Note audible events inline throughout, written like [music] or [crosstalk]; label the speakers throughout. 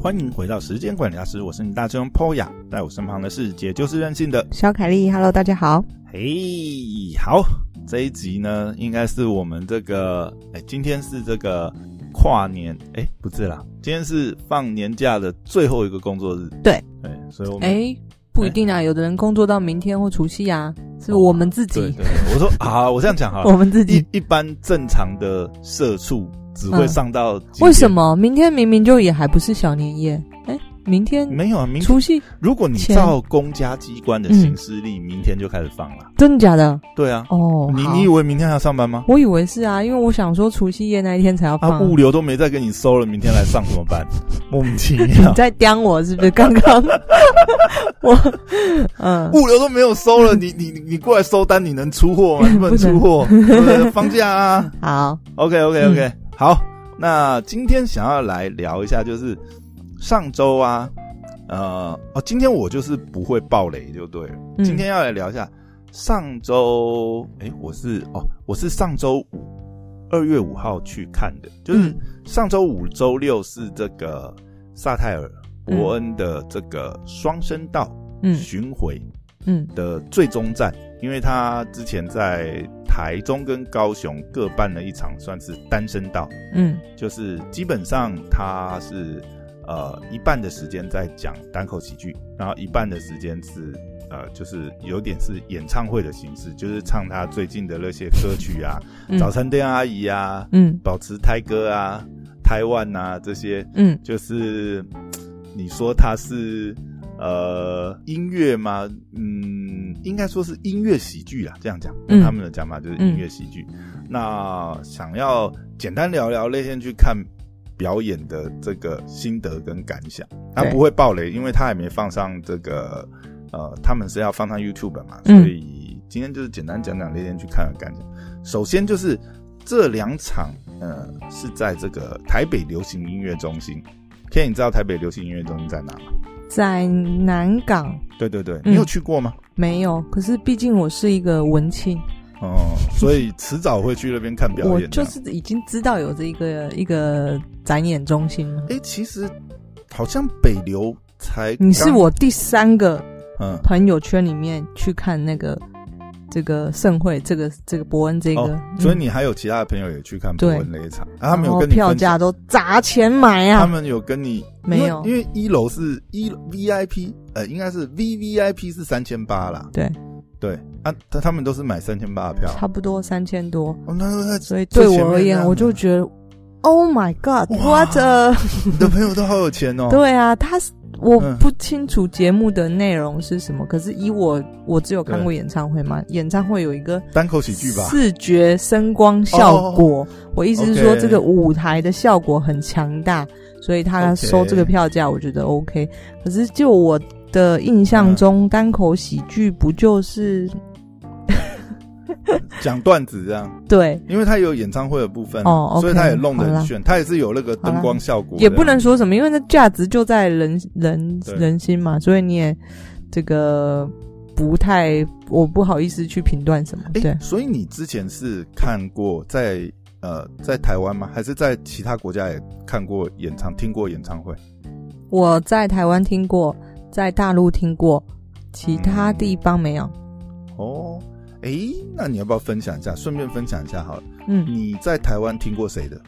Speaker 1: 欢迎回到时间管理大师，我是你大师兄 Poya，在我身旁的是解就是任性的
Speaker 2: 小凯丽，Hello，大家好。
Speaker 1: 嘿、好，这一集呢，应该是我们这个，哎，今天是这个跨年，哎，不是啦，今天是放年假的最后一个工作日。
Speaker 2: 对，
Speaker 1: 对，所以我们，
Speaker 3: 哎，不一定啊，有的人工作到明天或除夕啊，是我们自己
Speaker 1: 哦对对，
Speaker 3: [laughs]
Speaker 1: 对我说啊，我这样讲好了，
Speaker 2: 我们自己
Speaker 1: 一一般正常的社畜只会
Speaker 3: 嗯
Speaker 1: 上到几
Speaker 3: 为什
Speaker 1: 点？
Speaker 3: 么明天明明就也还不是小年夜？哎，明天
Speaker 1: 没有啊，明
Speaker 3: 除夕，
Speaker 1: 如果你
Speaker 3: 前
Speaker 1: 照公家机关的行事历，明天就开始放了。
Speaker 3: 真的假的？
Speaker 1: 对啊，
Speaker 3: 嗯哦，
Speaker 1: 你
Speaker 3: 好
Speaker 1: 你以为明天还要上班吗？
Speaker 3: 我以为是啊，因为我想说除夕夜那一天才要放
Speaker 1: 啊，
Speaker 3: 啊。
Speaker 1: 物流都没再给你收了，明天来上怎么办？莫名其
Speaker 3: 你
Speaker 1: 妙，
Speaker 3: 在刁我是不是？刚刚 [laughs] 我
Speaker 1: [laughs]
Speaker 3: 嗯，
Speaker 1: 物流都没有收了，你 [laughs] 你你你过来收单，你能出货吗？你 [laughs] 不能
Speaker 3: 不
Speaker 1: 出
Speaker 3: 能
Speaker 1: 货，对不对放假啊。
Speaker 3: 好，
Speaker 1: OK OK OK，、好，那今天想要来聊一下，就是上周啊，呃，哦，今天我就是不会爆雷就对了。
Speaker 3: 嗯
Speaker 1: 今天要来聊一下上周，哎、我是哦，我是上周五二月五号去看的，就是
Speaker 3: 嗯
Speaker 1: 上周五、周六是这个萨泰尔伯恩的这个双声道
Speaker 3: 嗯
Speaker 1: 巡回
Speaker 3: 嗯
Speaker 1: 的最终站，因为他之前在台中跟高雄各办了一场，算是单声道，
Speaker 3: 嗯
Speaker 1: 就是基本上他是呃一半的时间在讲单口喜剧，然后一半的时间是呃就是有点是演唱会的形式，就是唱他最近的那些歌曲啊，
Speaker 3: 嗯
Speaker 1: 早餐店阿姨啊，
Speaker 3: 嗯
Speaker 1: 保持泰哥啊，台湾啊这些，
Speaker 3: 嗯
Speaker 1: 就是你说他是呃音乐吗？嗯，应该说是音乐喜剧啦，这样讲，
Speaker 3: 嗯
Speaker 1: 他们的讲法就是音乐喜剧。那想要简单聊聊那天去看表演的这个心得跟感想，他
Speaker 3: 对
Speaker 1: 不会爆雷，因为他还没放上这个呃，他们是要放上 YouTube 嘛，所
Speaker 3: 嗯
Speaker 1: 以今天就是简单讲讲那天去看的感想。首先就是这两场，呃，是在这个台北流行音乐中心。K，你知道台北流行音乐中心在哪吗？
Speaker 3: 在南港
Speaker 1: 对对对，
Speaker 3: 嗯
Speaker 1: 你有去过吗？
Speaker 3: 没有，可是毕竟我是一个文青，
Speaker 1: 哦，所以迟早会去那边看表
Speaker 3: 我
Speaker 1: 演。
Speaker 3: 就，是已经知道有这一个一个展演中心了。
Speaker 1: 哎、其实好像北流才
Speaker 3: 你是
Speaker 1: 刚，
Speaker 3: 我第三个
Speaker 1: 嗯，
Speaker 3: 朋友圈里面去看那个这个盛会，这个这个伯恩这个，
Speaker 1: 哦，
Speaker 3: 嗯
Speaker 1: 所以你还有其他的朋友也去看伯恩那一场，啊、他们
Speaker 3: 然
Speaker 1: 有
Speaker 3: 后
Speaker 1: 跟你
Speaker 3: 票
Speaker 1: 分享
Speaker 3: 价都砸钱买
Speaker 1: 他
Speaker 3: 啊，
Speaker 1: 们有跟你
Speaker 3: 没有
Speaker 1: 因为因为一楼是一 VIP，呃，应该是 VVIP 是三千八啦。
Speaker 3: 对，
Speaker 1: 对啊，他他们都是买三千八的票。
Speaker 3: 差不多三千多，
Speaker 1: 哦，那那
Speaker 3: 所以对
Speaker 1: 最前
Speaker 3: 我而
Speaker 1: 面那
Speaker 3: 言，
Speaker 1: 样
Speaker 3: 我就
Speaker 1: 的
Speaker 3: 觉得，Oh my
Speaker 1: 哇
Speaker 3: God，what a
Speaker 1: 那你的朋友都好有钱
Speaker 3: [laughs]
Speaker 1: 哦。
Speaker 3: 对啊，他是我
Speaker 1: 嗯
Speaker 3: 不清楚节目的内容是什么，可是以我我只有看
Speaker 1: 对
Speaker 3: 过演唱会嘛，演唱会有一个
Speaker 1: 单口喜剧吧。
Speaker 3: 视觉声光效果，我意思是说
Speaker 1: OK
Speaker 3: 这个舞台的效果很强大，所以他
Speaker 1: OK
Speaker 3: 收这个票价，我觉得 OK。可是就我的印象中，单口喜剧不就是
Speaker 1: 讲段子这样，
Speaker 3: 对？
Speaker 1: 因为他有演唱会的部分啊、
Speaker 3: 哦，OK，
Speaker 1: 所以他也弄得
Speaker 3: 好
Speaker 1: 很
Speaker 3: 啦
Speaker 1: 炫，他也是有那个灯光效果的，
Speaker 3: 也不能说什么，因为那价值就在人人
Speaker 1: 对
Speaker 3: 人心嘛，所以你也这个不太，我不好意思去评断什么。
Speaker 1: 诶
Speaker 3: 对，
Speaker 1: 哎所以你之前是看过在呃在台湾吗？还是在其他国家也看过演唱听过演唱会？
Speaker 3: 我在台湾听过，在大陆听过，其他地方没有。
Speaker 1: 哦，诶，那你要不要分享一下？顺便分享一下好了，
Speaker 3: 嗯，
Speaker 1: 你在台湾听过谁的？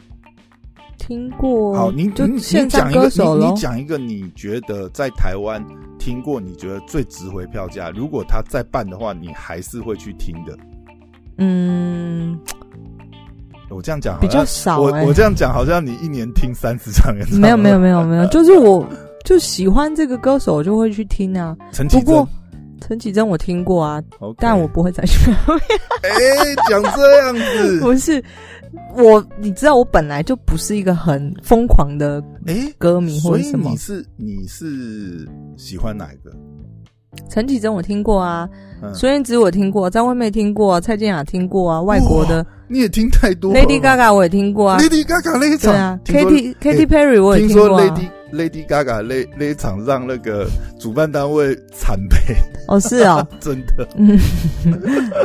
Speaker 3: 听过。
Speaker 1: 好，你
Speaker 3: 就
Speaker 1: 你你
Speaker 3: 线
Speaker 1: 讲
Speaker 3: 上
Speaker 1: 一个，
Speaker 3: 歌手
Speaker 1: 你
Speaker 3: 咯
Speaker 1: 你。讲一个，你觉得在台湾听过，你觉得最值回票价？如果他再办的话，你还是会去听的。
Speaker 3: 嗯，
Speaker 1: 我这样讲好
Speaker 3: 比
Speaker 1: 像
Speaker 3: 较少
Speaker 1: 我
Speaker 3: 哎、
Speaker 1: 我这样讲好像你一年听三十场演唱会，
Speaker 3: 没有没有没有没
Speaker 1: [laughs]
Speaker 3: 有，就是我就喜欢这个歌手，我就会去听啊。
Speaker 1: 陈绮
Speaker 3: 不
Speaker 1: 贞，
Speaker 3: 过陈绮贞我听过啊，
Speaker 1: OK
Speaker 3: 但我不会再去。 [laughs]
Speaker 1: 哎讲这样子，
Speaker 3: 不是我，你知道我本来就不是一个很疯狂的
Speaker 1: 哎，
Speaker 3: 歌迷或
Speaker 1: 所
Speaker 3: 者
Speaker 1: 以
Speaker 3: 什么
Speaker 1: 你。是你是喜欢哪一个？
Speaker 3: 陈绮贞我听过啊，
Speaker 1: 嗯，
Speaker 3: 孙燕姿我听过，张惠妹听过、啊，蔡健雅听过啊，外国的
Speaker 1: 你也听太多了
Speaker 3: Lady Gaga 我也听过啊，
Speaker 1: Lady Gaga 那一
Speaker 3: 对
Speaker 1: 场
Speaker 3: 啊
Speaker 1: 听说哎
Speaker 3: ，Katy Katy Perry 我也
Speaker 1: 听
Speaker 3: 听过
Speaker 1: 说
Speaker 3: 啊。
Speaker 1: Lady Lady Gaga 那那一场让那个主办单位惨赔，
Speaker 3: 哦，是哦，
Speaker 1: 真的，
Speaker 3: 嗯，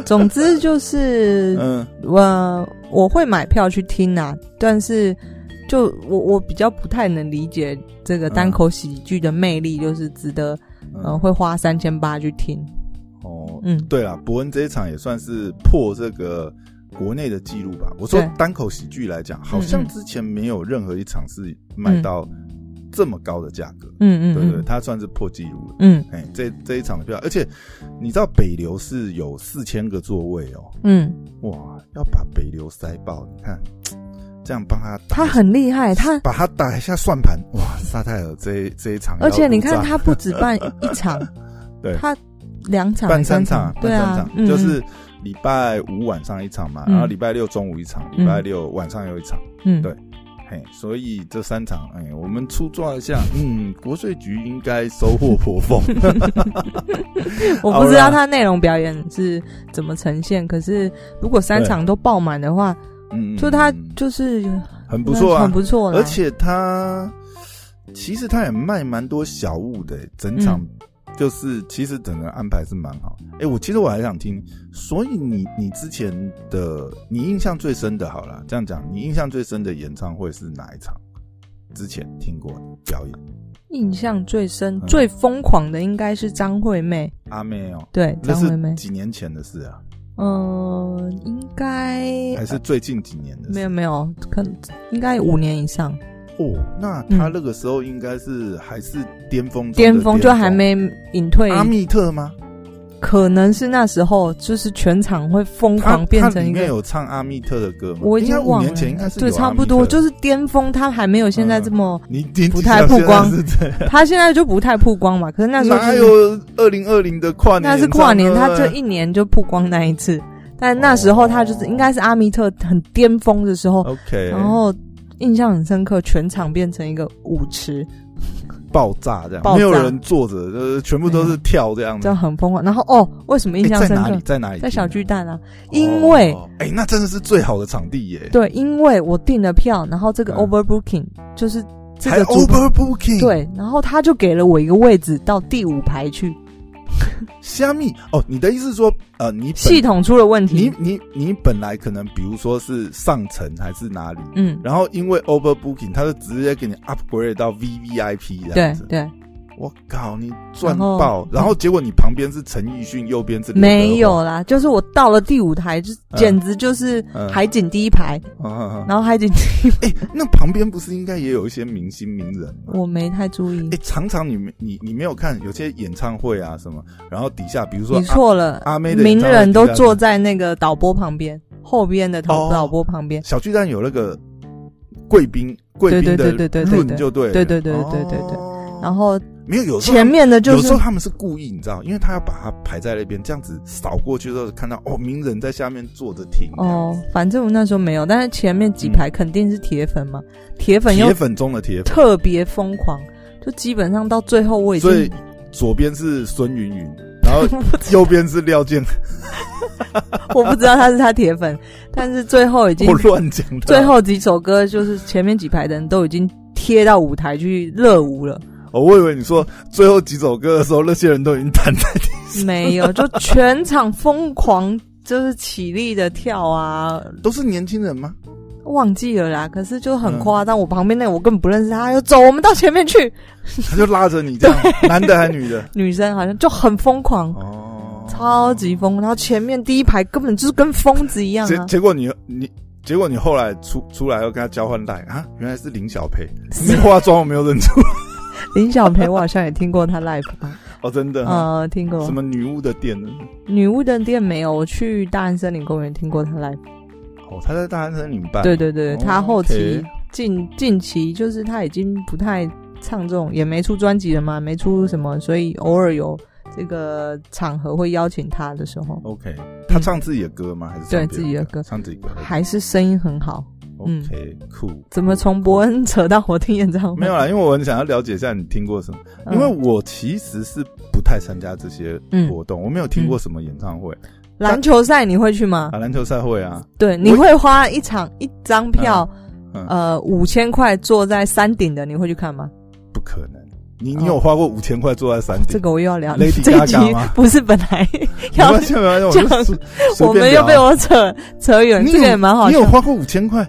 Speaker 3: 总之就是呃
Speaker 1: 嗯
Speaker 3: 我我会买票去听啊，但是就我我比较不太能理解这个单口喜剧的魅力，就是值得呃
Speaker 1: 嗯
Speaker 3: 会花三千八去听。
Speaker 1: 哦，
Speaker 3: 嗯，
Speaker 1: 对了，伯恩这一场也算是破这个国内的记录吧。我说
Speaker 3: 对嗯
Speaker 1: 单口喜剧来讲，好像之前没有任何一场是卖到这么高的价格。
Speaker 3: 嗯
Speaker 1: 对
Speaker 3: 嗯
Speaker 1: 对，
Speaker 3: 嗯
Speaker 1: 它算是破纪录了。
Speaker 3: 嗯
Speaker 1: 哎，这这一场的票，而且你知道北流是有四千个座位哦，
Speaker 3: 嗯，
Speaker 1: 哇，要把北流塞爆，你看这样帮他打
Speaker 3: 他很厉害，他
Speaker 1: 把他打一下算盘，哇，沙泰尔这一这一场要
Speaker 3: [laughs] 而
Speaker 1: 入账，
Speaker 3: 且你看他不止办一场
Speaker 1: [laughs] 对，
Speaker 3: 他两场
Speaker 1: 办
Speaker 3: 还
Speaker 1: 三
Speaker 3: 三
Speaker 1: 场，
Speaker 3: 对
Speaker 1: 办三
Speaker 3: 啊
Speaker 1: 场，，
Speaker 3: 嗯
Speaker 1: 就是礼拜五晚上一场嘛，
Speaker 3: 嗯
Speaker 1: 然后礼拜六中午一场，
Speaker 3: 嗯
Speaker 1: 礼拜六晚上又一场，
Speaker 3: 嗯
Speaker 1: 对嘿，所以这三场，哎，我们粗抓一下，嗯，国税局应该收获颇
Speaker 3: [laughs]
Speaker 1: 丰，
Speaker 3: 嗯我不知道他内容表演是怎么呈现，可是如果三场都爆满的话，
Speaker 1: 嗯，
Speaker 3: 就他就是
Speaker 1: 很不错啊
Speaker 3: 很，不错啦。
Speaker 1: 而且他其实他也卖蛮多小物的，整场
Speaker 3: 嗯
Speaker 1: 就是其实整个安排是蛮好。哎，我其实我还想听，所以你你之前的你印象最深的，好了，这样讲，你印象最深的演唱会是哪一场？之前听过表演
Speaker 3: 印象最深、
Speaker 1: 嗯
Speaker 3: 最疯狂的应该是张惠妹，
Speaker 1: 阿妹哦，
Speaker 3: 对，
Speaker 1: 那
Speaker 3: 张惠妹
Speaker 1: 是，几年前的事啊，
Speaker 3: 嗯、应该
Speaker 1: 还是最近几年的事？
Speaker 3: 嗯没有没有，可能应该五年以上，
Speaker 1: 哦，那他那个时候应该是还是巅峰中的
Speaker 3: 嗯巅峰就还没隐退，
Speaker 1: 阿密特吗？
Speaker 3: 可能是那时候就是全场会疯
Speaker 1: 他
Speaker 3: 狂变
Speaker 1: 他
Speaker 3: 成
Speaker 1: 里
Speaker 3: 一
Speaker 1: 面
Speaker 3: 个。
Speaker 1: 有唱阿密特的歌吗？
Speaker 3: 我已
Speaker 1: 应该
Speaker 3: 经
Speaker 1: 五
Speaker 3: 忘了
Speaker 1: 年前应该，是
Speaker 3: 对，
Speaker 1: 有啊
Speaker 3: 差
Speaker 1: 阿密
Speaker 3: 不
Speaker 1: 特
Speaker 3: 多
Speaker 1: 的
Speaker 3: 就是巅峰，他还没有现
Speaker 1: 嗯
Speaker 3: 在这么，
Speaker 1: 你你
Speaker 3: 不太曝光
Speaker 1: 是这样。
Speaker 3: 他现在就不太曝光嘛。可是 [laughs] 那时候、就
Speaker 1: 哪
Speaker 3: 是、
Speaker 1: 有二零二零的跨年
Speaker 3: 那
Speaker 1: 演
Speaker 3: 是
Speaker 1: 唱会？啊
Speaker 3: 跨年，他这一年就曝光那一次，但那时候他就是应该是阿密特很巅峰的时候，
Speaker 1: 哦 OK，
Speaker 3: 然后印象很深刻，全场变成一个舞池，
Speaker 1: 嗯爆炸这样，
Speaker 3: 爆炸
Speaker 1: 没有人坐着，就是全部都是跳这样
Speaker 3: 这
Speaker 1: 子。
Speaker 3: 样很疯狂。然后哦，为什么印
Speaker 1: 诶
Speaker 3: 象
Speaker 1: 哎在
Speaker 3: 深
Speaker 1: 哪
Speaker 3: 刻
Speaker 1: 里？？在哪里？
Speaker 3: 在小巨
Speaker 1: 哦，
Speaker 3: 蛋啊，因为
Speaker 1: 哎，那真的是最好的场地耶。
Speaker 3: 对，因为我订了票，然后这个
Speaker 1: 嗯
Speaker 3: overbooking 就是这
Speaker 1: 还
Speaker 3: 个主办
Speaker 1: overbooking，，
Speaker 3: 对，然后他就给了我一个位置到第五排去，
Speaker 1: 虾米哦，你的意思是说，呃，你本
Speaker 3: 系统出了问
Speaker 1: 你
Speaker 3: 题。
Speaker 1: 你你本来可能比如说是上层还是哪里，
Speaker 3: 嗯，
Speaker 1: 然后因为 overbooking，他就直接给你 upgrade 到 VVIP 这
Speaker 3: 对
Speaker 1: 样子。
Speaker 3: 对，
Speaker 1: 我靠，你赚
Speaker 3: 然后
Speaker 1: 爆！然后结果你旁边是陈奕迅，右边是刘德华
Speaker 3: 没有，啦，就是我到了第五台，就
Speaker 1: 嗯
Speaker 3: 简直就是
Speaker 1: 嗯
Speaker 3: 海景第一排，
Speaker 1: 嗯嗯嗯
Speaker 3: 然后海景第一排
Speaker 1: 哎、那旁边不是应该也有一些明星名人吗？
Speaker 3: 我没太注意
Speaker 1: 哎、，常常你没你你没有看有些演唱会啊什么，然后底下比如说
Speaker 3: 你
Speaker 1: 啊
Speaker 3: 错了，
Speaker 1: 阿妹的演
Speaker 3: 名
Speaker 1: 唱会
Speaker 3: 人都
Speaker 1: 底下
Speaker 3: 坐在那个导播旁边，后边的导
Speaker 1: 哦
Speaker 3: 导播旁边，
Speaker 1: 小巨蛋有那个贵宾贵宾的
Speaker 3: 对对对对对对
Speaker 1: 润就对了
Speaker 3: 对对对对对对对
Speaker 1: 哦
Speaker 3: 然后
Speaker 1: 没有有时候他
Speaker 3: 前
Speaker 1: 们
Speaker 3: 面的就
Speaker 1: 有
Speaker 3: 是
Speaker 1: 时候他们是故意，你知道，因为他要把它排在那边，这样子扫过去之后看到哦，名人在下面坐着听这样
Speaker 3: 哦
Speaker 1: 子，
Speaker 3: 反正我那时候没有，但是前面几排肯定是铁粉嘛，铁粉又
Speaker 1: 铁粉中的铁粉，
Speaker 3: 特别疯狂，就基本上到最后我已经
Speaker 1: 所
Speaker 3: [laughs]
Speaker 1: 以呃左边是孙云云，然后右边是廖
Speaker 3: [laughs]
Speaker 1: 健，
Speaker 3: 我不知道他是他铁
Speaker 1: [laughs]
Speaker 3: 粉，但是最后已经
Speaker 1: 我乱讲的。啊
Speaker 3: 最、后几首歌就是前面几排的人都已经贴到舞台去热舞了，
Speaker 1: 哦，我以为你说最后几首歌的时候，那些人都已经瘫
Speaker 3: [laughs]
Speaker 1: 在地。
Speaker 3: 没有，就全场疯狂就是起立的跳啊，
Speaker 1: 都是年轻人吗？
Speaker 3: 忘记了啦，可是就很夸张。我旁边那个我根本不认识他，他就走，我们到前面去。
Speaker 1: 他就拉着你这样，男的还女
Speaker 3: [laughs]
Speaker 1: 的？
Speaker 3: 女生好像就很疯狂，
Speaker 1: 哦，
Speaker 3: 超级疯狂。然后前面第一排根本就是跟疯子一样
Speaker 1: 结
Speaker 3: 啊！
Speaker 1: 结果你你。结果你后来出出来要跟他交换赖啊，原来是林小
Speaker 3: [laughs]
Speaker 1: 培，没化妆我没有认出
Speaker 3: 林小培我好像也听过他 live
Speaker 1: [laughs]
Speaker 3: 吧，
Speaker 1: 哦，真的哈、
Speaker 3: 呃，听过
Speaker 1: 什。么女巫的店呢？
Speaker 3: 女巫的店没有，我去大安森林公园听过他 live。
Speaker 1: 哦，他在大安森林办，
Speaker 3: 对对对，
Speaker 1: 哦
Speaker 3: 他后期
Speaker 1: OK
Speaker 3: 近近期就是他已经不太唱这种，也没出专辑了嘛，没出什么，所以偶尔有这个场合会邀请他的时候，
Speaker 1: ，OK，他唱自己的歌吗？还是唱
Speaker 3: 嗯
Speaker 1: 别
Speaker 3: 对自己的
Speaker 1: 人
Speaker 3: 歌
Speaker 1: 唱自己歌
Speaker 3: 还是声音很好。嗯
Speaker 1: ，OK，酷、
Speaker 3: 怎么从伯恩扯到我听演唱会？
Speaker 1: 没有啦，因为我很想要了解一下你听过什么，
Speaker 3: 嗯，
Speaker 1: 因为我其实是不太参加这些
Speaker 3: 嗯，
Speaker 1: 活动，我没有听过什么演唱会，
Speaker 3: 篮球赛你会去吗
Speaker 1: 打？篮球赛会啊，
Speaker 3: 对，你会花一场一张票，
Speaker 1: 嗯
Speaker 3: 呃，五千块坐在山顶的，你会去看吗？
Speaker 1: 不可能。你
Speaker 3: 哦
Speaker 1: 你有花过五千块坐在山
Speaker 3: 这
Speaker 1: 顶？
Speaker 3: 个我又要聊，
Speaker 1: Lady
Speaker 3: 这一
Speaker 1: Gaga
Speaker 3: 集
Speaker 1: 吗
Speaker 3: 不是本来
Speaker 1: 没
Speaker 3: 要
Speaker 1: 关系，没关
Speaker 3: [laughs]
Speaker 1: 系，我
Speaker 3: 这样
Speaker 1: 就随随
Speaker 3: 我
Speaker 1: 便
Speaker 3: 们又
Speaker 1: 聊
Speaker 3: 被我扯扯远，
Speaker 1: 你
Speaker 3: 这个
Speaker 1: 有
Speaker 3: 也蛮好
Speaker 1: 你
Speaker 3: 笑嗯
Speaker 1: 有。花过五千块？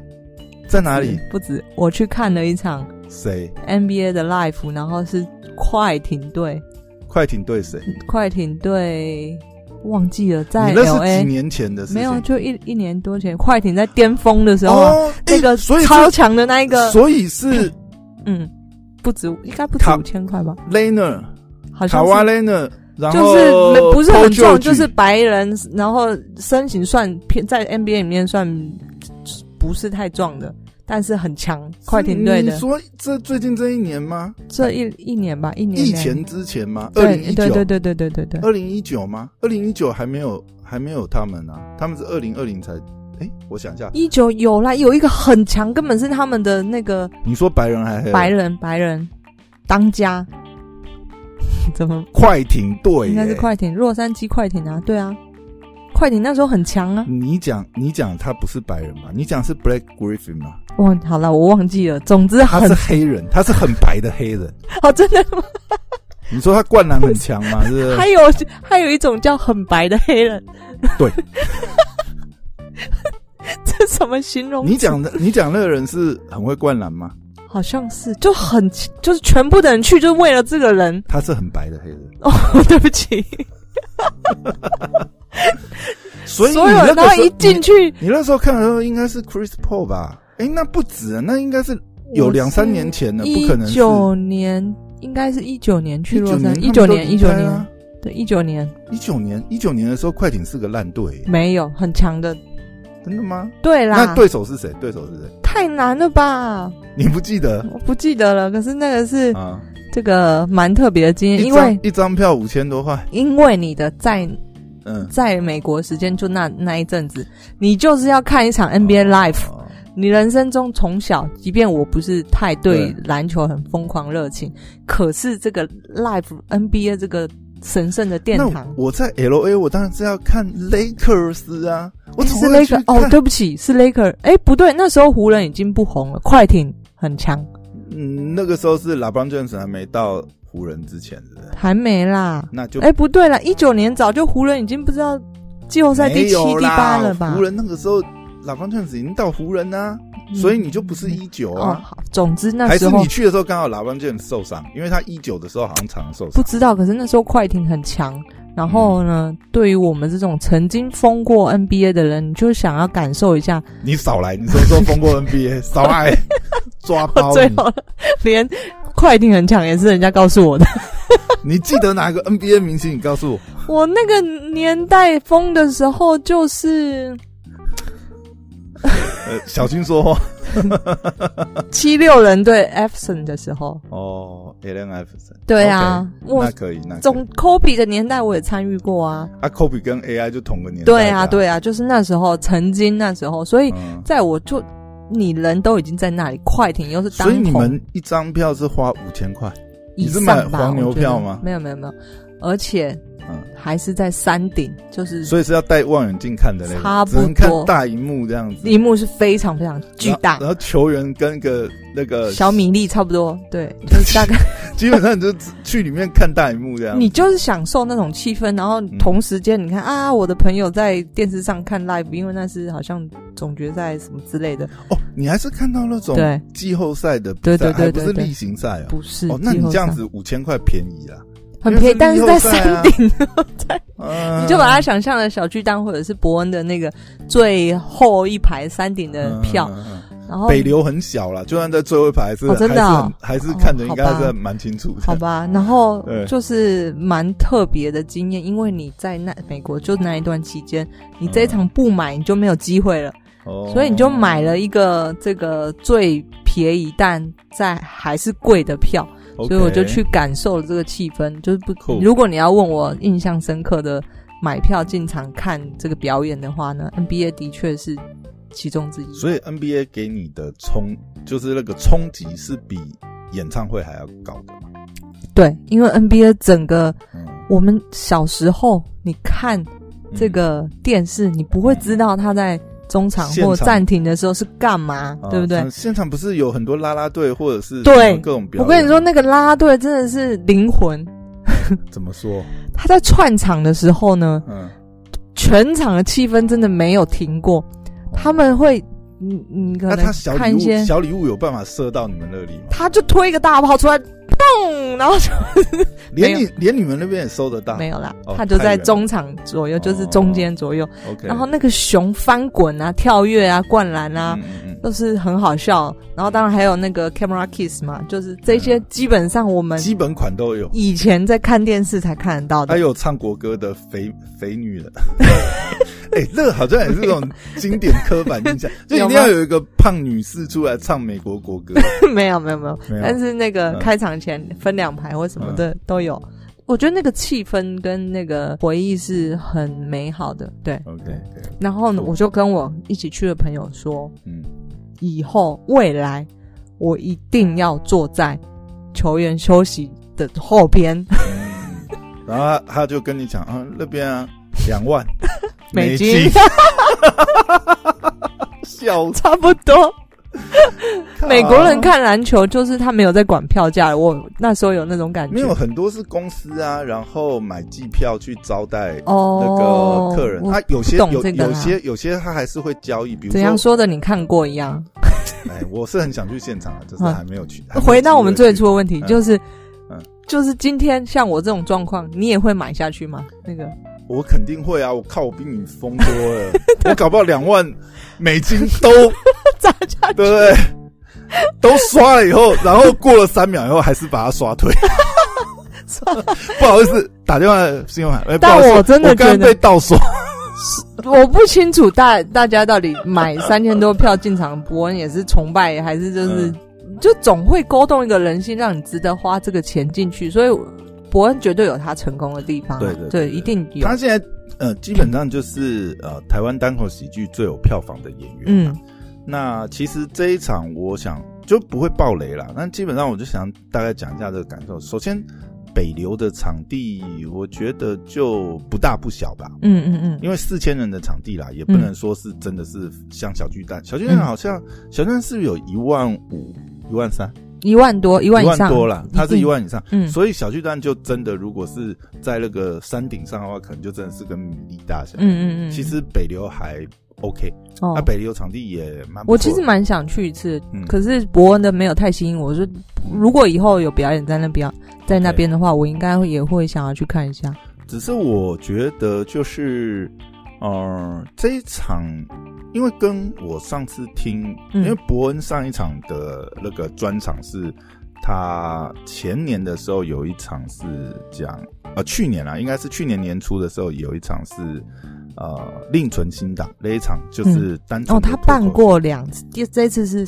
Speaker 1: 在哪里？
Speaker 3: 不止，我去看了一场
Speaker 1: 谁？
Speaker 3: NBA 的 Live，然后是快艇队，
Speaker 1: 快艇对谁？
Speaker 3: 快艇队忘记了在
Speaker 1: 你那是
Speaker 3: LA
Speaker 1: 几年前的事情。
Speaker 3: 没有，就一一年多前，快艇在巅峰的时候啊，
Speaker 1: 哦，
Speaker 3: 那个
Speaker 1: 诶所以是
Speaker 3: 超强的那一个，
Speaker 1: 所以是
Speaker 3: 嗯，不止应该不止
Speaker 1: 卡
Speaker 3: 五千块吧，
Speaker 1: Laner
Speaker 3: 好
Speaker 1: 卡
Speaker 3: 像
Speaker 1: 哇
Speaker 3: 是
Speaker 1: Laner，然后
Speaker 3: 就是没不是很
Speaker 1: Paul
Speaker 3: 重，
Speaker 1: George
Speaker 3: 就是白人，然后身形算偏在 NBA 里面算不是太壮的，但是很强，快艇队
Speaker 1: 你
Speaker 3: 的
Speaker 1: 说这最近这一年吗？
Speaker 3: 这一一年吧，一年
Speaker 1: 疫
Speaker 3: 两
Speaker 1: 情之前吗？二零
Speaker 3: 对
Speaker 1: 一
Speaker 3: 对
Speaker 1: 九，
Speaker 3: 对对对对对对，
Speaker 1: 二零一九吗？二零一九还没有还没有他们啊，他们是二零二零才。哎，我想一下，
Speaker 3: 一九有啦，有一个很强，根本是他们的那个
Speaker 1: 你说白人还黑人
Speaker 3: 白人白人当家， [laughs] 怎么
Speaker 1: 快艇队耶
Speaker 3: 应该是快艇，洛杉矶快艇啊，对啊，快艇那时候很强啊。
Speaker 1: 你讲你讲他不是白人吧？你讲是 Black Griffin 吗？
Speaker 3: 哇，好了，我忘记了，总之
Speaker 1: 他
Speaker 3: 很
Speaker 1: 是黑人，他是很白的黑人。
Speaker 3: 哦，真的吗？
Speaker 1: 你说他灌篮很强
Speaker 3: [laughs]
Speaker 1: 吗？是不是
Speaker 3: 还有还有一种叫很白的黑人，
Speaker 1: 对，
Speaker 3: [laughs] 这什么形容？
Speaker 1: 你讲的你讲那个人是很会灌篮吗？
Speaker 3: 好像是就很就是全部的人去就是为了这个人 [laughs]
Speaker 1: 他是很白的黑人，
Speaker 3: 哦，对不起，
Speaker 1: 所以你
Speaker 3: 所有
Speaker 1: 那
Speaker 3: 人
Speaker 1: 个
Speaker 3: 然后
Speaker 1: 时候
Speaker 3: 一进去，
Speaker 1: 你那时候看的时候应该是 Chris Paul 吧？哎，那不止啊，那应该是有两三年前了，不可能
Speaker 3: 一
Speaker 1: 是
Speaker 3: 九年，应该是一九年去洛
Speaker 1: 19
Speaker 3: 杉矶，一
Speaker 1: 年
Speaker 3: 九
Speaker 1: 他们都
Speaker 3: 年，一九
Speaker 1: 离开
Speaker 3: 年
Speaker 1: 啊，，
Speaker 3: 对，一九年
Speaker 1: 一九年，一九年的时候，快艇是个烂队，
Speaker 3: 没有很强的，
Speaker 1: 真的吗？
Speaker 3: 对嗯啦
Speaker 1: 那，对手是谁？对手是谁？
Speaker 3: 太难了吧？
Speaker 1: 你不记得
Speaker 3: 我不记得了，可是那个是
Speaker 1: 啊？
Speaker 3: 这个蛮特别的经验，
Speaker 1: 一
Speaker 3: 嗯因为
Speaker 1: 张一张票五千多块，
Speaker 3: 因为你的在
Speaker 1: 嗯
Speaker 3: 在美国时间就那那一阵子，你就是要看一场 NBA Live。
Speaker 1: 哦
Speaker 3: 你人生中从小，即便我不是太对
Speaker 1: 对
Speaker 3: 篮球很疯狂热情，可是这个 Live NBA 这个神圣的殿
Speaker 1: 哦那
Speaker 3: 堂，
Speaker 1: 我在 L A，我当然是要看 Lakers 啊，我
Speaker 3: 诶
Speaker 1: 怎
Speaker 3: 是
Speaker 1: 么会去
Speaker 3: Laker
Speaker 1: 看？
Speaker 3: 哦，对不起，是 Laker。哎，不对，那时候湖人已经不红了，快艇很强，
Speaker 1: 嗯，那个时候是 LeBron James 还没到湖人之前，是不是？
Speaker 3: 还没啦。
Speaker 1: 那就
Speaker 3: 哎，不对啦，一九年早就湖人已经不知道季后赛第
Speaker 1: 没
Speaker 3: 七、
Speaker 1: 有
Speaker 3: 第
Speaker 1: 啦
Speaker 3: 八了吧
Speaker 1: 湖？人那个时候 LeBron James 已经到湖人啦、
Speaker 3: 嗯
Speaker 1: 所以你就不是一九
Speaker 3: 哦，
Speaker 1: 啊。
Speaker 3: 好，总之那
Speaker 1: 还
Speaker 3: 时
Speaker 1: 是
Speaker 3: 候
Speaker 1: 你去的时候刚好 LeBron James 受伤，因为他一九的时候好像常常受
Speaker 3: 不
Speaker 1: 伤。
Speaker 3: 知道，可是那时候快艇很强。然后
Speaker 1: 嗯
Speaker 3: 呢，对于我们这种曾经封过 NBA 的人，你就想要感受一下。
Speaker 1: 你少来，你什么时候封过
Speaker 3: [laughs]
Speaker 1: NBA？少来，抓包
Speaker 3: 我最
Speaker 1: 你！
Speaker 3: 后 [laughs] 连快艇很强也是人家告诉我的。 [laughs]
Speaker 1: 你记得哪个 NBA 明星？你告诉我，
Speaker 3: 我那个年代封的时候，就是
Speaker 1: 呃，小心说话。
Speaker 3: 七六人对 e f s o n 的时候。
Speaker 1: 哦，Allen Iverson，
Speaker 3: 对啊，我
Speaker 1: 那可以，那
Speaker 3: 总
Speaker 1: 总
Speaker 3: Kobe 的年代我也参与过啊。
Speaker 1: 啊，Kobe 跟 AI 就同个年代的。
Speaker 3: 对啊，对啊，就是那时候，曾经那时候，所以
Speaker 1: 嗯。
Speaker 3: 在我就你人都已经在那里，快艇又是当
Speaker 1: 所以你
Speaker 3: 红
Speaker 1: 们一张票是花五千块，
Speaker 3: 以
Speaker 1: 你是
Speaker 3: 上
Speaker 1: 买
Speaker 3: 吧
Speaker 1: 黄牛
Speaker 3: 我觉得
Speaker 1: 票吗
Speaker 3: 没有没有没有，而且
Speaker 1: 嗯
Speaker 3: 还是在山顶，就是
Speaker 1: 所以是要戴望远镜看的那种，
Speaker 3: 嗯差不
Speaker 1: 只能看
Speaker 3: 多
Speaker 1: 大荧幕这样子。
Speaker 3: 一幕是非常非常巨
Speaker 1: 然
Speaker 3: 大
Speaker 1: 后，然后球员跟个那个
Speaker 3: 小，米粒差不多，对，就是大概
Speaker 1: [laughs] 基本上你就只去里面看大荧幕这样。
Speaker 3: 你就是享受那种气氛，然后同时间你看啊，我的朋友在电视上看 live，因为那是好像总决赛什么之类的，
Speaker 1: 哦，你还是看到那种
Speaker 3: 对，
Speaker 1: 季后赛的比
Speaker 3: 对
Speaker 1: 赛，
Speaker 3: 对对
Speaker 1: 还不是
Speaker 3: 对对
Speaker 1: 例行赛哦。
Speaker 3: 不是
Speaker 1: 哦，那你
Speaker 3: 季后
Speaker 1: 这样
Speaker 3: 赛
Speaker 1: 子五千块便宜啊啦，
Speaker 3: 很便宜，但是在
Speaker 1: 因
Speaker 3: 山
Speaker 1: 为
Speaker 3: 顶，在
Speaker 1: 啊嗯
Speaker 3: 你就把它想象的小巨蛋或者是伯恩的那个最后一排山顶的票，
Speaker 1: 嗯嗯嗯
Speaker 3: 然后
Speaker 1: 北流很小啦，就算在最后一排还是
Speaker 3: 哦真的哦
Speaker 1: 还是很还是看着
Speaker 3: 哦
Speaker 1: 应该
Speaker 3: 好吧
Speaker 1: 还是蛮清楚
Speaker 3: [laughs] 好
Speaker 1: 的。
Speaker 3: 吧，然后
Speaker 1: 嗯对
Speaker 3: 就是蛮特别的经验，因为你在那美国就那一段期间，你这一场不买你就没有机会了，
Speaker 1: 哦
Speaker 3: 所以你就买了一个这个最便宜但在还是贵的票，
Speaker 1: OK，
Speaker 3: 所以我就去感受了这个气氛。就是不
Speaker 1: Cool
Speaker 3: 如果你要问我印象深刻的买票进场看这个表演的话呢，NBA 的确是其中之一。
Speaker 1: 所以 NBA 给你的冲，就是那个冲击是比演唱会还要高的嘛。
Speaker 3: 对，因为 NBA 整个
Speaker 1: 嗯，
Speaker 3: 我们小时候你看。这
Speaker 1: 嗯
Speaker 3: 个电视，你不会知道他在中场
Speaker 1: 现场
Speaker 3: 或暂停的时候是干嘛，
Speaker 1: 啊
Speaker 3: 对不对？
Speaker 1: 像现场不是有很多啦啦队或者是
Speaker 3: 对
Speaker 1: 什么各种表
Speaker 3: 我
Speaker 1: 演？
Speaker 3: 跟你说，，那个啦啦队真的是灵魂。
Speaker 1: 怎么说？
Speaker 3: 他在串场的时候呢，
Speaker 1: 嗯，
Speaker 3: 全场的气氛真的没有停过。他们会你你可
Speaker 1: 那
Speaker 3: 能
Speaker 1: 他小
Speaker 3: 看
Speaker 1: 礼
Speaker 3: 一
Speaker 1: 物
Speaker 3: 些，
Speaker 1: 小礼物有办法射到你们那里吗？
Speaker 3: 他就推一个大炮出来，砰，然后就
Speaker 1: 连
Speaker 3: 没
Speaker 1: 你连你们那边也收得到？
Speaker 3: 没有啦
Speaker 1: 哦。
Speaker 3: 他就
Speaker 1: 太
Speaker 3: 在
Speaker 1: 远了哦
Speaker 3: 中场左右，就是中间左右。
Speaker 1: OK，
Speaker 3: 然后那个熊翻滚啊、跳跃啊、灌篮啊
Speaker 1: 嗯，嗯
Speaker 3: 都是很好笑。然后当然还有那个 camera kiss 嘛，就是这些基本上我
Speaker 1: 嗯，
Speaker 3: 们
Speaker 1: 基本哎款都有。
Speaker 3: 以前在看电视才看得到
Speaker 1: 还
Speaker 3: 的。
Speaker 1: 有唱国歌的肥肥女人，哎、这个好像也是这种经典刻板印
Speaker 3: [laughs]
Speaker 1: 象，就一定要有一个胖女士出来唱美国国歌。
Speaker 3: [laughs] [laughs] 没有没有没有
Speaker 1: 没有，
Speaker 3: 但是那个
Speaker 1: 嗯
Speaker 3: 开场前分两排或什么的都有。我觉得那个气氛跟那个回忆是很美好的，对。
Speaker 1: OK，, o k
Speaker 3: 然后呢，
Speaker 1: 嗯
Speaker 3: 我就跟我一起去的朋友说，
Speaker 1: 嗯，
Speaker 3: 以后未来我一定要坐在球员休息的后边，
Speaker 1: 嗯然后他他就跟你讲啊，那边啊，两万
Speaker 3: [laughs] 美金
Speaker 1: 金，笑死
Speaker 3: [laughs] 差不多。美国人看篮球就是他没有在管票价，我那时候有那种感觉。
Speaker 1: 没有很多是公司啊，然后买机票去招待
Speaker 3: 哦
Speaker 1: 那，个客人，
Speaker 3: 我
Speaker 1: 他有些
Speaker 3: 懂
Speaker 1: 有
Speaker 3: 这个啦啊
Speaker 1: 有些有些他还是会交易，比如
Speaker 3: 怎样
Speaker 1: 说，
Speaker 3: 说的你看过一样。
Speaker 1: 哎，我是很想去现场啊，就是
Speaker 3: 嗯
Speaker 1: 还没有去。还没有
Speaker 3: 回到我们
Speaker 1: 机会
Speaker 3: 最
Speaker 1: 去
Speaker 3: 初的问题，
Speaker 1: 嗯
Speaker 3: 就是
Speaker 1: 嗯，
Speaker 3: 就是今天像我这种状况，你也会买下去吗？那个
Speaker 1: 我肯定会啊！我靠，我比你疯多了，我搞不好两万美金都
Speaker 3: [laughs] 砸下
Speaker 1: 对不对？都刷了以后，然后过了三秒以后，还是把它刷
Speaker 3: [laughs]
Speaker 1: 退。不好意思，打电话信用卡，哎，不
Speaker 3: 但
Speaker 1: 好意思
Speaker 3: 我真的
Speaker 1: 我刚刚
Speaker 3: 觉得
Speaker 1: 被盗刷。
Speaker 3: 我不清楚大大家到底买三千多票进场，伯恩也是崇拜，还是就是、
Speaker 1: 嗯
Speaker 3: 就总会勾动一个人心，让你值得花这个钱进去。所以伯恩绝对有他成功的地方啊，
Speaker 1: 对对对对
Speaker 3: 一定有
Speaker 1: 他。现在呃，基本上就是呃，台湾单口喜剧最有票房的演员。
Speaker 3: 嗯，
Speaker 1: 那其实这一场，我想就不会爆雷啦。但基本上，我就想大概讲一下这个感受。首先，北流的场地，我觉得就不大不小吧，
Speaker 3: 嗯嗯嗯，
Speaker 1: 因为四千人的场地啦，也不能说是真的是像小巨蛋。小巨蛋好像、小巨蛋是不是有一万五、一万三、
Speaker 3: 一万多，哦一万以上
Speaker 1: 多啦？它是一，万以上。
Speaker 3: 嗯，
Speaker 1: 所以小巨蛋就真的，如果是在那个山顶上的话，可能就真的是跟米粒大小。
Speaker 3: 嗯嗯嗯嗯，
Speaker 1: 其实北流还 OK，
Speaker 3: 哦
Speaker 1: 那、北流场地也蛮不
Speaker 3: 我
Speaker 1: 错
Speaker 3: 其
Speaker 1: 的
Speaker 3: 实蛮想去一次，
Speaker 1: 嗯
Speaker 3: 可是伯恩的没有太吸引我。我说，如果以后有表演在那边，在那边的话，我应该也会想要去看一下。
Speaker 1: 只是我觉得就是，呃，这一场，因为跟我上次听，
Speaker 3: 嗯
Speaker 1: 因为伯恩上一场的那个专场是他前年的时候有一场是讲，呃，去年啦，应该是去年年初的时候有一场是。呃，另存新档那一场就是单纯
Speaker 3: 哦，
Speaker 1: 的
Speaker 3: 他
Speaker 1: 脱口秀
Speaker 3: 办过两次，第这次是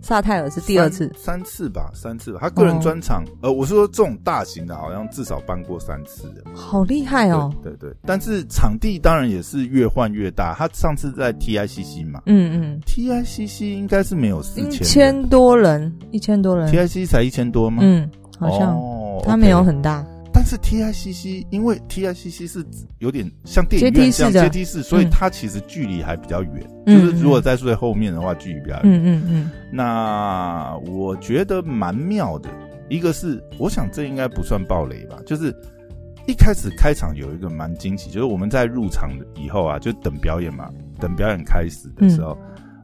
Speaker 3: 萨泰尔是第二次，
Speaker 1: 三、三次吧，三次吧。他个人
Speaker 3: 哦
Speaker 1: 专场，呃，我是说这种大型的，好像至少办过三次的。
Speaker 3: 好厉害哦！
Speaker 1: 对对对，但是场地当然也是越换越大。他上次在 TICC 嘛
Speaker 3: 嗯
Speaker 1: ，TICC 应该是没有
Speaker 3: 嗯，
Speaker 1: 四
Speaker 3: 一
Speaker 1: 千
Speaker 3: 千多人，一千多人，
Speaker 1: ，TICC 才一千多吗？，
Speaker 3: 嗯，好像
Speaker 1: 哦、
Speaker 3: 他没有
Speaker 1: OK。
Speaker 3: 很大，
Speaker 1: 但是 TICC 因为 TICC 是有点像电影
Speaker 3: 阶梯
Speaker 1: 院
Speaker 3: 式
Speaker 1: 这样
Speaker 3: 的
Speaker 1: 阶梯式，所以
Speaker 3: 嗯
Speaker 1: 它其实距离还比较远。
Speaker 3: 嗯
Speaker 1: 就是如果在最后面的话，距离比较远。
Speaker 3: 嗯嗯嗯，
Speaker 1: 那我觉得蛮妙的，一个是我想这应该不算暴雷吧，就是一开始开场有一个蛮惊喜，就是我们在入场以后啊，就等表演嘛，等表演开始的时候，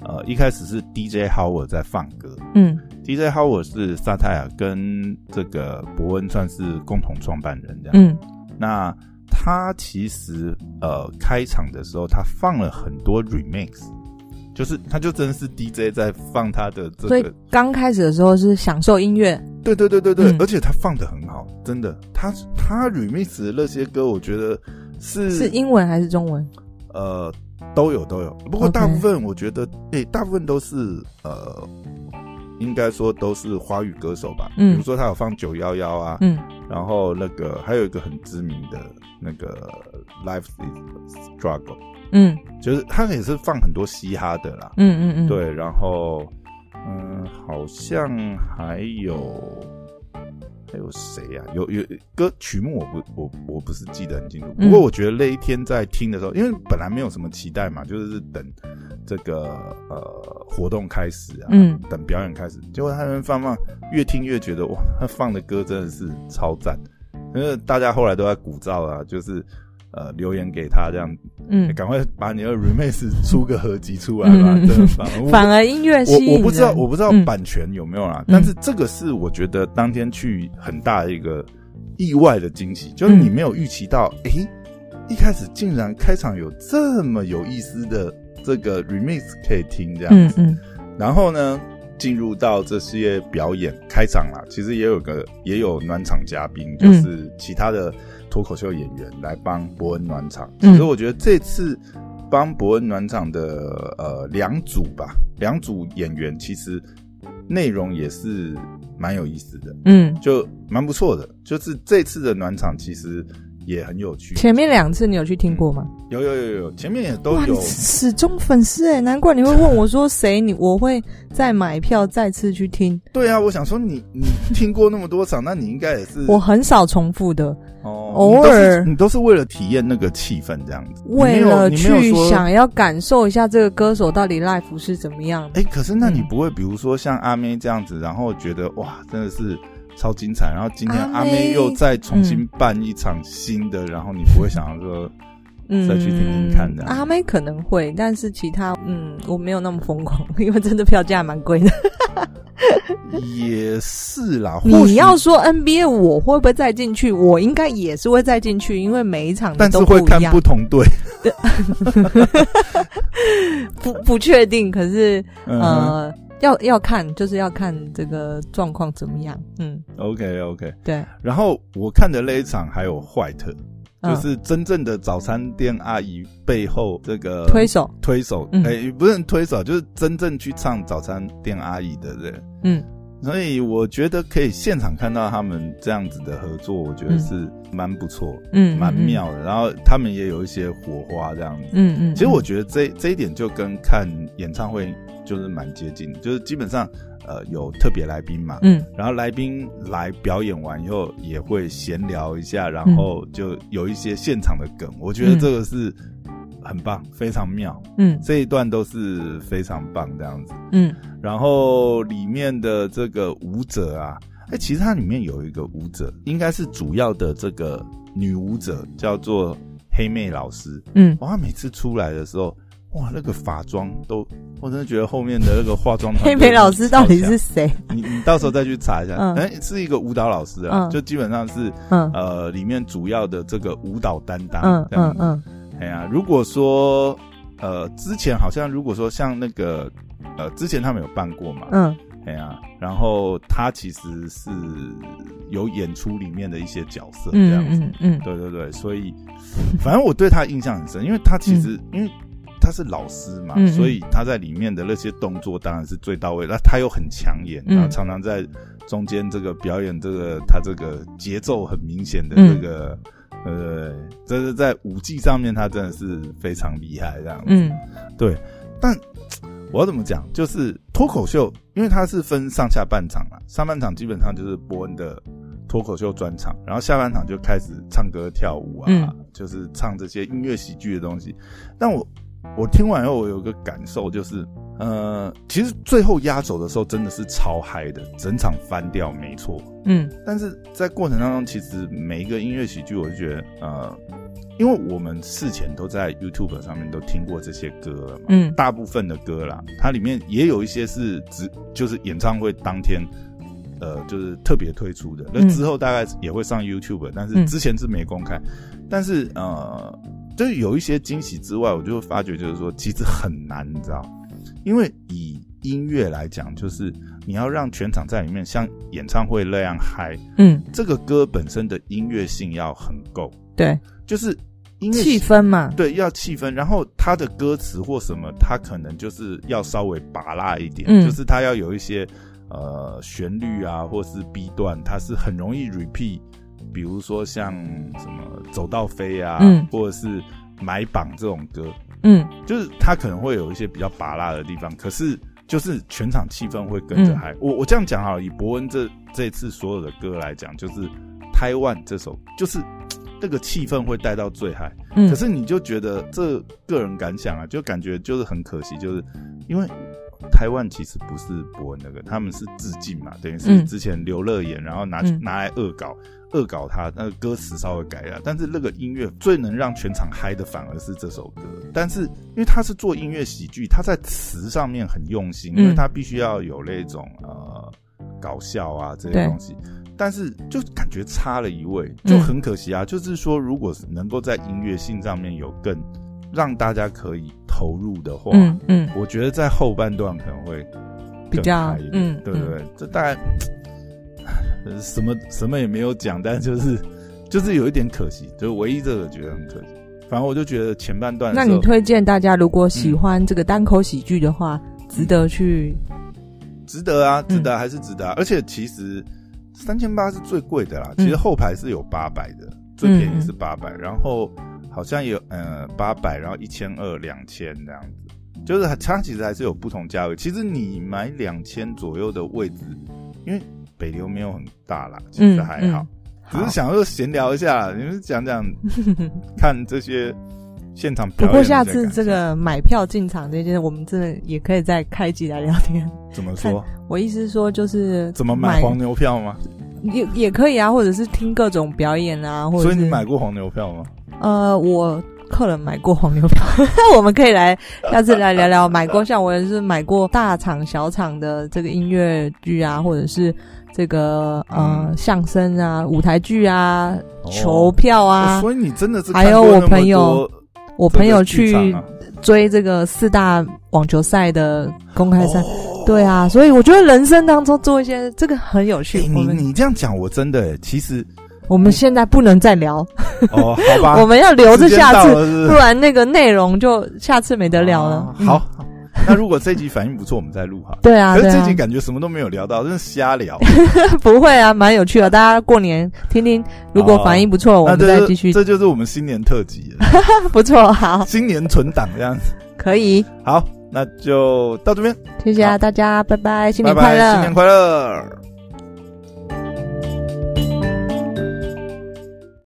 Speaker 1: 呃，一开始是 DJ Howard 在放歌
Speaker 3: 嗯
Speaker 1: ，DJ Howard 是萨泰尔跟这个伯恩算是共同创办人这样，
Speaker 3: 嗯
Speaker 1: 那。他其实呃，开场的时候他放了很多 remix，就是他就真的是 DJ 在放他的这
Speaker 3: 所
Speaker 1: 个
Speaker 3: 以刚开始的时候是享受音乐，
Speaker 1: 对对对对对，
Speaker 3: 嗯
Speaker 1: 而且他放的很好，真的，他他 remix 的那些歌，我觉得是
Speaker 3: 是英文还是中文？
Speaker 1: 呃都有都有，不过
Speaker 3: OK
Speaker 1: 大部分我觉得，诶、大部分都是呃，应该说都是华语歌手吧，
Speaker 3: 嗯
Speaker 1: 比如说他有放九幺幺啊，
Speaker 3: 嗯
Speaker 1: 然后那个还有一个很知名的那个 Life is a Struggle，
Speaker 3: 嗯
Speaker 1: 就是他也是放很多嘻哈的啦，
Speaker 3: 嗯嗯嗯，，
Speaker 1: 对，啊然后嗯，好像还有还有谁呀、有有歌曲目我不我我不是记得很清楚，不过
Speaker 3: 嗯
Speaker 1: 我觉得那一天在听的时候，因为本来没有什么期待嘛，就是等这个呃活动开始啊，
Speaker 3: 嗯
Speaker 1: 等表演开始，结果他们放放，越听越觉得哇，他放的歌真的是超赞，因为大家后来都在鼓噪啊，就是呃留言给他，这样
Speaker 3: 嗯，
Speaker 1: 赶、快把你的 remix 出个合集出来吧。
Speaker 3: 嗯
Speaker 1: 这
Speaker 3: [laughs]
Speaker 1: 反而我
Speaker 3: 反而音乐吸引
Speaker 1: 我我不知道
Speaker 3: 人
Speaker 1: 我不知道
Speaker 3: 嗯
Speaker 1: 版权有没有啦，但是这个是我觉得当天去很大的一个意外的惊喜，就是你没有预期到，诶、一开始竟然开场有这么有意思的这个 remix 可以听这样
Speaker 3: 嗯
Speaker 1: 子，
Speaker 3: 嗯
Speaker 1: 然后呢。进入到这些表演开场啦，其实也有个也有暖场嘉宾，就
Speaker 3: 嗯
Speaker 1: 是其他的脱口秀演员来帮伯恩暖场。
Speaker 3: 嗯
Speaker 1: 其实我觉得这次帮伯恩暖场的呃两组吧，两组演员其实内容也是蛮有意思的，
Speaker 3: 嗯，
Speaker 1: 就蛮不错的。就是这次的暖场其实也很有趣，
Speaker 3: 前面两次你有去听过吗？
Speaker 1: 有有有有，前面也都
Speaker 3: 哇，你
Speaker 1: 有。
Speaker 3: 始终粉丝哎、难怪你会问我说谁你，我会再买票再次去听，
Speaker 1: 对啊，我想说你你听过那么多场，那你应该也是
Speaker 3: 我很少重复的，
Speaker 1: 哦，
Speaker 3: 偶
Speaker 1: 你都是
Speaker 3: 尔
Speaker 1: 你都是为了体验那个气氛这样子，你
Speaker 3: 为
Speaker 1: 没有
Speaker 3: 了
Speaker 1: 你没
Speaker 3: 去
Speaker 1: 有说
Speaker 3: 想要感受一下这个歌手到底 life 是怎么样的。
Speaker 1: 哎、可是那你
Speaker 3: 嗯
Speaker 1: 不会比如说像阿妹这样子，然后觉得哇，真的是超精彩，然后今天
Speaker 3: 阿
Speaker 1: 阿
Speaker 3: 妹
Speaker 1: 妹又再重新办一场新的，然后你不会想要说，
Speaker 3: 嗯，
Speaker 1: 再去听听看这样
Speaker 3: 阿妹可能会，但是其他嗯，我没有那么疯狂， [laughs] 因为真的票价蛮贵的。
Speaker 1: 呃也是啦，或许
Speaker 3: [laughs] 你要说 NBA，我会不会再进去？我应该也是会再进去，因为每一场的
Speaker 1: 但是
Speaker 3: 都
Speaker 1: 会
Speaker 3: 一
Speaker 1: 看
Speaker 3: 样
Speaker 1: 不，同队，
Speaker 3: 不不确定。可是
Speaker 1: 嗯、
Speaker 3: 呃，要要看，就是要看这个状况怎么样。嗯，
Speaker 1: o k OK。
Speaker 3: 对，
Speaker 1: 然后我看的那一场还有坏特，就
Speaker 3: 嗯
Speaker 1: 是真正的早餐店阿姨背后这个
Speaker 3: 推手，
Speaker 1: 推手，哎、
Speaker 3: 嗯
Speaker 1: 不是推手，就是真正去唱早餐店阿姨的人。
Speaker 3: 嗯，
Speaker 1: 所以我觉得可以现场看到他们这样子的合作，我觉得是蛮不错、
Speaker 3: 嗯，
Speaker 1: 蛮、
Speaker 3: 嗯，
Speaker 1: 妙的。然后他们也有一些火花这样子。
Speaker 3: 嗯嗯。
Speaker 1: 其实我
Speaker 3: 嗯
Speaker 1: 觉得这这一点就跟看演唱会就是蛮接近的，就是基本上呃有特别来宾嘛，
Speaker 3: 嗯
Speaker 1: 然后来宾来表演完以后也会闲聊一
Speaker 3: 嗯
Speaker 1: 下，然后就有一些现场的梗，我觉得这个是很棒，非常妙，
Speaker 3: 嗯
Speaker 1: 这一段都是非常棒这样子。
Speaker 3: 嗯
Speaker 1: 然后里面的这个舞者啊，哎，其实它里面有一个舞者，应该是主要的这个女舞者，叫做黑妹老师。
Speaker 3: 嗯，
Speaker 1: 哇，她每次出来的时候，哇，那个法妆都，我真的觉得后面的那个化妆团
Speaker 3: [laughs] 黑
Speaker 1: 队
Speaker 3: 莓老师到底是
Speaker 1: 超
Speaker 3: 谁？
Speaker 1: 强你，你到时候再去查一下，
Speaker 3: 嗯
Speaker 1: 哎、是一个舞蹈老师啊，
Speaker 3: 嗯
Speaker 1: 就基本上是
Speaker 3: 嗯
Speaker 1: 呃里面主要的这个舞蹈担当，
Speaker 3: 嗯
Speaker 1: 这样
Speaker 3: 嗯
Speaker 1: 子
Speaker 3: 嗯
Speaker 1: 哎呀，如果说呃，之前好像如果说像那个呃，之前他们有办过嘛，
Speaker 3: 嗯
Speaker 1: 哎呀，然后他其实是有演出里面的一些角色这样
Speaker 3: 嗯
Speaker 1: 子，
Speaker 3: 嗯嗯，
Speaker 1: 对对对，所以反正我对他印象很深，因为他其实、因为。他是老师嘛，
Speaker 3: 嗯嗯嗯
Speaker 1: 所以他在里面的那些动作当然是最到位。那他又很抢眼，
Speaker 3: 嗯
Speaker 1: 然后常常在中间这个表演，这个他这个节奏很明显
Speaker 3: 嗯
Speaker 1: 的这个，呃，这是在舞技上面他真的是非常厉害这样子。
Speaker 3: 嗯
Speaker 1: 我要怎么讲？就是脱口秀，因为它是分上下半场嘛，上半场基本上就是伯恩的脱口秀专场，然后下半场就开始唱歌跳舞啊，
Speaker 3: 嗯
Speaker 1: 就是唱这些音乐喜剧的东西。但我我听完以后，我有个感受就是，呃，其实最后压轴的时候真的是超嗨的，整场翻掉，没错。
Speaker 3: 嗯
Speaker 1: 但是在过程当中，其实每一个音乐喜剧，我就觉得，呃，因为我们事前都在 YouTube 上面都听过这些歌了嘛，
Speaker 3: 嗯
Speaker 1: 大部分的歌啦，它里面也有一些是只就是演唱会当天，呃，就是特别推出的。那
Speaker 3: 嗯
Speaker 1: 之后大概也会上 YouTube，但是
Speaker 3: 嗯
Speaker 1: 之前是没公开。但是呃，就是有一些惊喜之外，我就发觉就是说，其实很难，你知道，因为以音乐来讲，就是你要让全场在里面像演唱会那样嗨，
Speaker 3: 嗯，
Speaker 1: 这个歌本身的音乐性要很够，
Speaker 3: 对，
Speaker 1: 就是音乐
Speaker 3: 气氛嘛，
Speaker 1: 对，要气氛，然后他的歌词或什么，他可能就是要稍微拔辣一点，
Speaker 3: 嗯
Speaker 1: 就是他要有一些呃旋律啊，或是 B 段，它是很容易 repeat，比如说像什么走到飞啊，
Speaker 3: 嗯
Speaker 1: 或者是买榜这种歌，
Speaker 3: 嗯
Speaker 1: 就是他可能会有一些比较拔辣的地方，可是就是全场气氛会跟着
Speaker 3: 嗯
Speaker 1: 嗨、我我这样讲好了，以伯恩这这次所有的歌来讲，就是《台湾》这首，就是嘖那个气氛会带到最嗨。
Speaker 3: 嗯，
Speaker 1: 可是你就觉得这个人感想啊，就感觉就是很可惜，就是因为台湾其实不是伯恩那个，他们是致敬嘛，等于是
Speaker 3: 嗯
Speaker 1: 之前刘乐言，然后拿去、
Speaker 3: 嗯
Speaker 1: 拿来恶搞。恶搞他，那个歌词稍微改了，但是那个音乐最能让全场嗨的反而是这首歌。但是因为他是做音乐喜剧，他在词上面很用心，因为
Speaker 3: 嗯
Speaker 1: 他必须要有那种呃搞笑啊这些
Speaker 3: 对
Speaker 1: 东西。但是就感觉差了一位，
Speaker 3: 嗯
Speaker 1: 就很可惜啊。就是说，如果是能够在音乐性上面有更让大家可以投入的话，
Speaker 3: 嗯嗯，
Speaker 1: 我觉得在后半段可能会更
Speaker 3: 比较
Speaker 1: 嗨一点
Speaker 3: 嗯，
Speaker 1: 对不
Speaker 3: 嗯
Speaker 1: 对？这大概呃什么什么也没有讲，但就是就是有一点可惜，就是唯一这个觉得很可惜。反正我就觉得前半段的
Speaker 3: 那
Speaker 1: 时候，
Speaker 3: 你推荐大家，如果喜欢这个单口喜剧的话，
Speaker 1: 嗯
Speaker 3: 值得去
Speaker 1: 值得啊，
Speaker 3: 嗯
Speaker 1: 值得啊、还是值得啊。而且其实三千八是最贵的啦，
Speaker 3: 嗯
Speaker 1: 其实后排是有八百的，最便宜是八百，然后好像有呃八百，然后一千二、两千这样子，就是它它其实还是有不同价位。其实你买两千左右的位置，因为北流没有很大啦，其实
Speaker 3: 嗯
Speaker 1: 还好，只是想说闲聊一下啦，你们讲
Speaker 3: [laughs]
Speaker 1: 讲看这些现场表演。
Speaker 3: 不过下次这个买票进场这件事，我们真的也可以再开一集来聊天。
Speaker 1: 怎么说？
Speaker 3: 我意思是说，就是
Speaker 1: 怎么买黄牛票吗？
Speaker 3: 也也可以啊，或者是听各种表演啊，或者
Speaker 1: 所以
Speaker 3: 是
Speaker 1: 你买过黄牛票吗？
Speaker 3: 呃，我客人买过黄牛票， [laughs] 我们可以来下次来聊聊买过，像我也是买过大场小场的这个音乐剧啊，或者是这个呃
Speaker 1: 嗯
Speaker 3: 相声啊、舞台剧啊、
Speaker 1: 哦
Speaker 3: 球票啊。
Speaker 1: 哦所以你真的是
Speaker 3: 还有
Speaker 1: 看过
Speaker 3: 我
Speaker 1: 那么
Speaker 3: 朋友
Speaker 1: 多
Speaker 3: 我
Speaker 1: 这个
Speaker 3: 朋友
Speaker 1: 剧
Speaker 3: 去
Speaker 1: 场啊
Speaker 3: 追这个四大网球赛的公开赛，
Speaker 1: 哦
Speaker 3: 对啊，所以我觉得人生当中做一些这个很有趣。
Speaker 1: 诶
Speaker 3: 我
Speaker 1: 哎你
Speaker 3: 们
Speaker 1: 你这样讲，我真的诶其
Speaker 3: [laughs]
Speaker 1: 实
Speaker 3: 我们现在不能再聊，
Speaker 1: 哦，好吧，
Speaker 3: 我们要留
Speaker 1: 时
Speaker 3: 着
Speaker 1: 间
Speaker 3: 下
Speaker 1: 到
Speaker 3: 次，
Speaker 1: 了是
Speaker 3: 不
Speaker 1: 不是
Speaker 3: 然那个内容就下次没得聊了
Speaker 1: 啊。
Speaker 3: 嗯
Speaker 1: 好，，好那如果这集反应不错，我们再录哈。
Speaker 3: 对
Speaker 1: 可
Speaker 3: 啊，
Speaker 1: 是
Speaker 3: 对
Speaker 1: 这
Speaker 3: 啊
Speaker 1: 集，感觉什么都没有聊到，真是瞎聊。
Speaker 3: 不会啊，蛮有趣的。大家过年听听，如果
Speaker 1: 哦
Speaker 3: 反应不 [laughs] 错，我
Speaker 1: 那
Speaker 3: 们
Speaker 1: 这
Speaker 3: 再
Speaker 1: 就
Speaker 3: 继续。
Speaker 1: 这就是我们新年特辑了，
Speaker 3: [laughs] 不错，好，
Speaker 1: 新年存档这样子。
Speaker 3: 可以，
Speaker 1: 好，那就到这边，
Speaker 3: 谢谢啊大家，拜拜，新年
Speaker 1: 拜
Speaker 3: 快
Speaker 1: 拜，
Speaker 3: 乐，
Speaker 1: 新年快乐。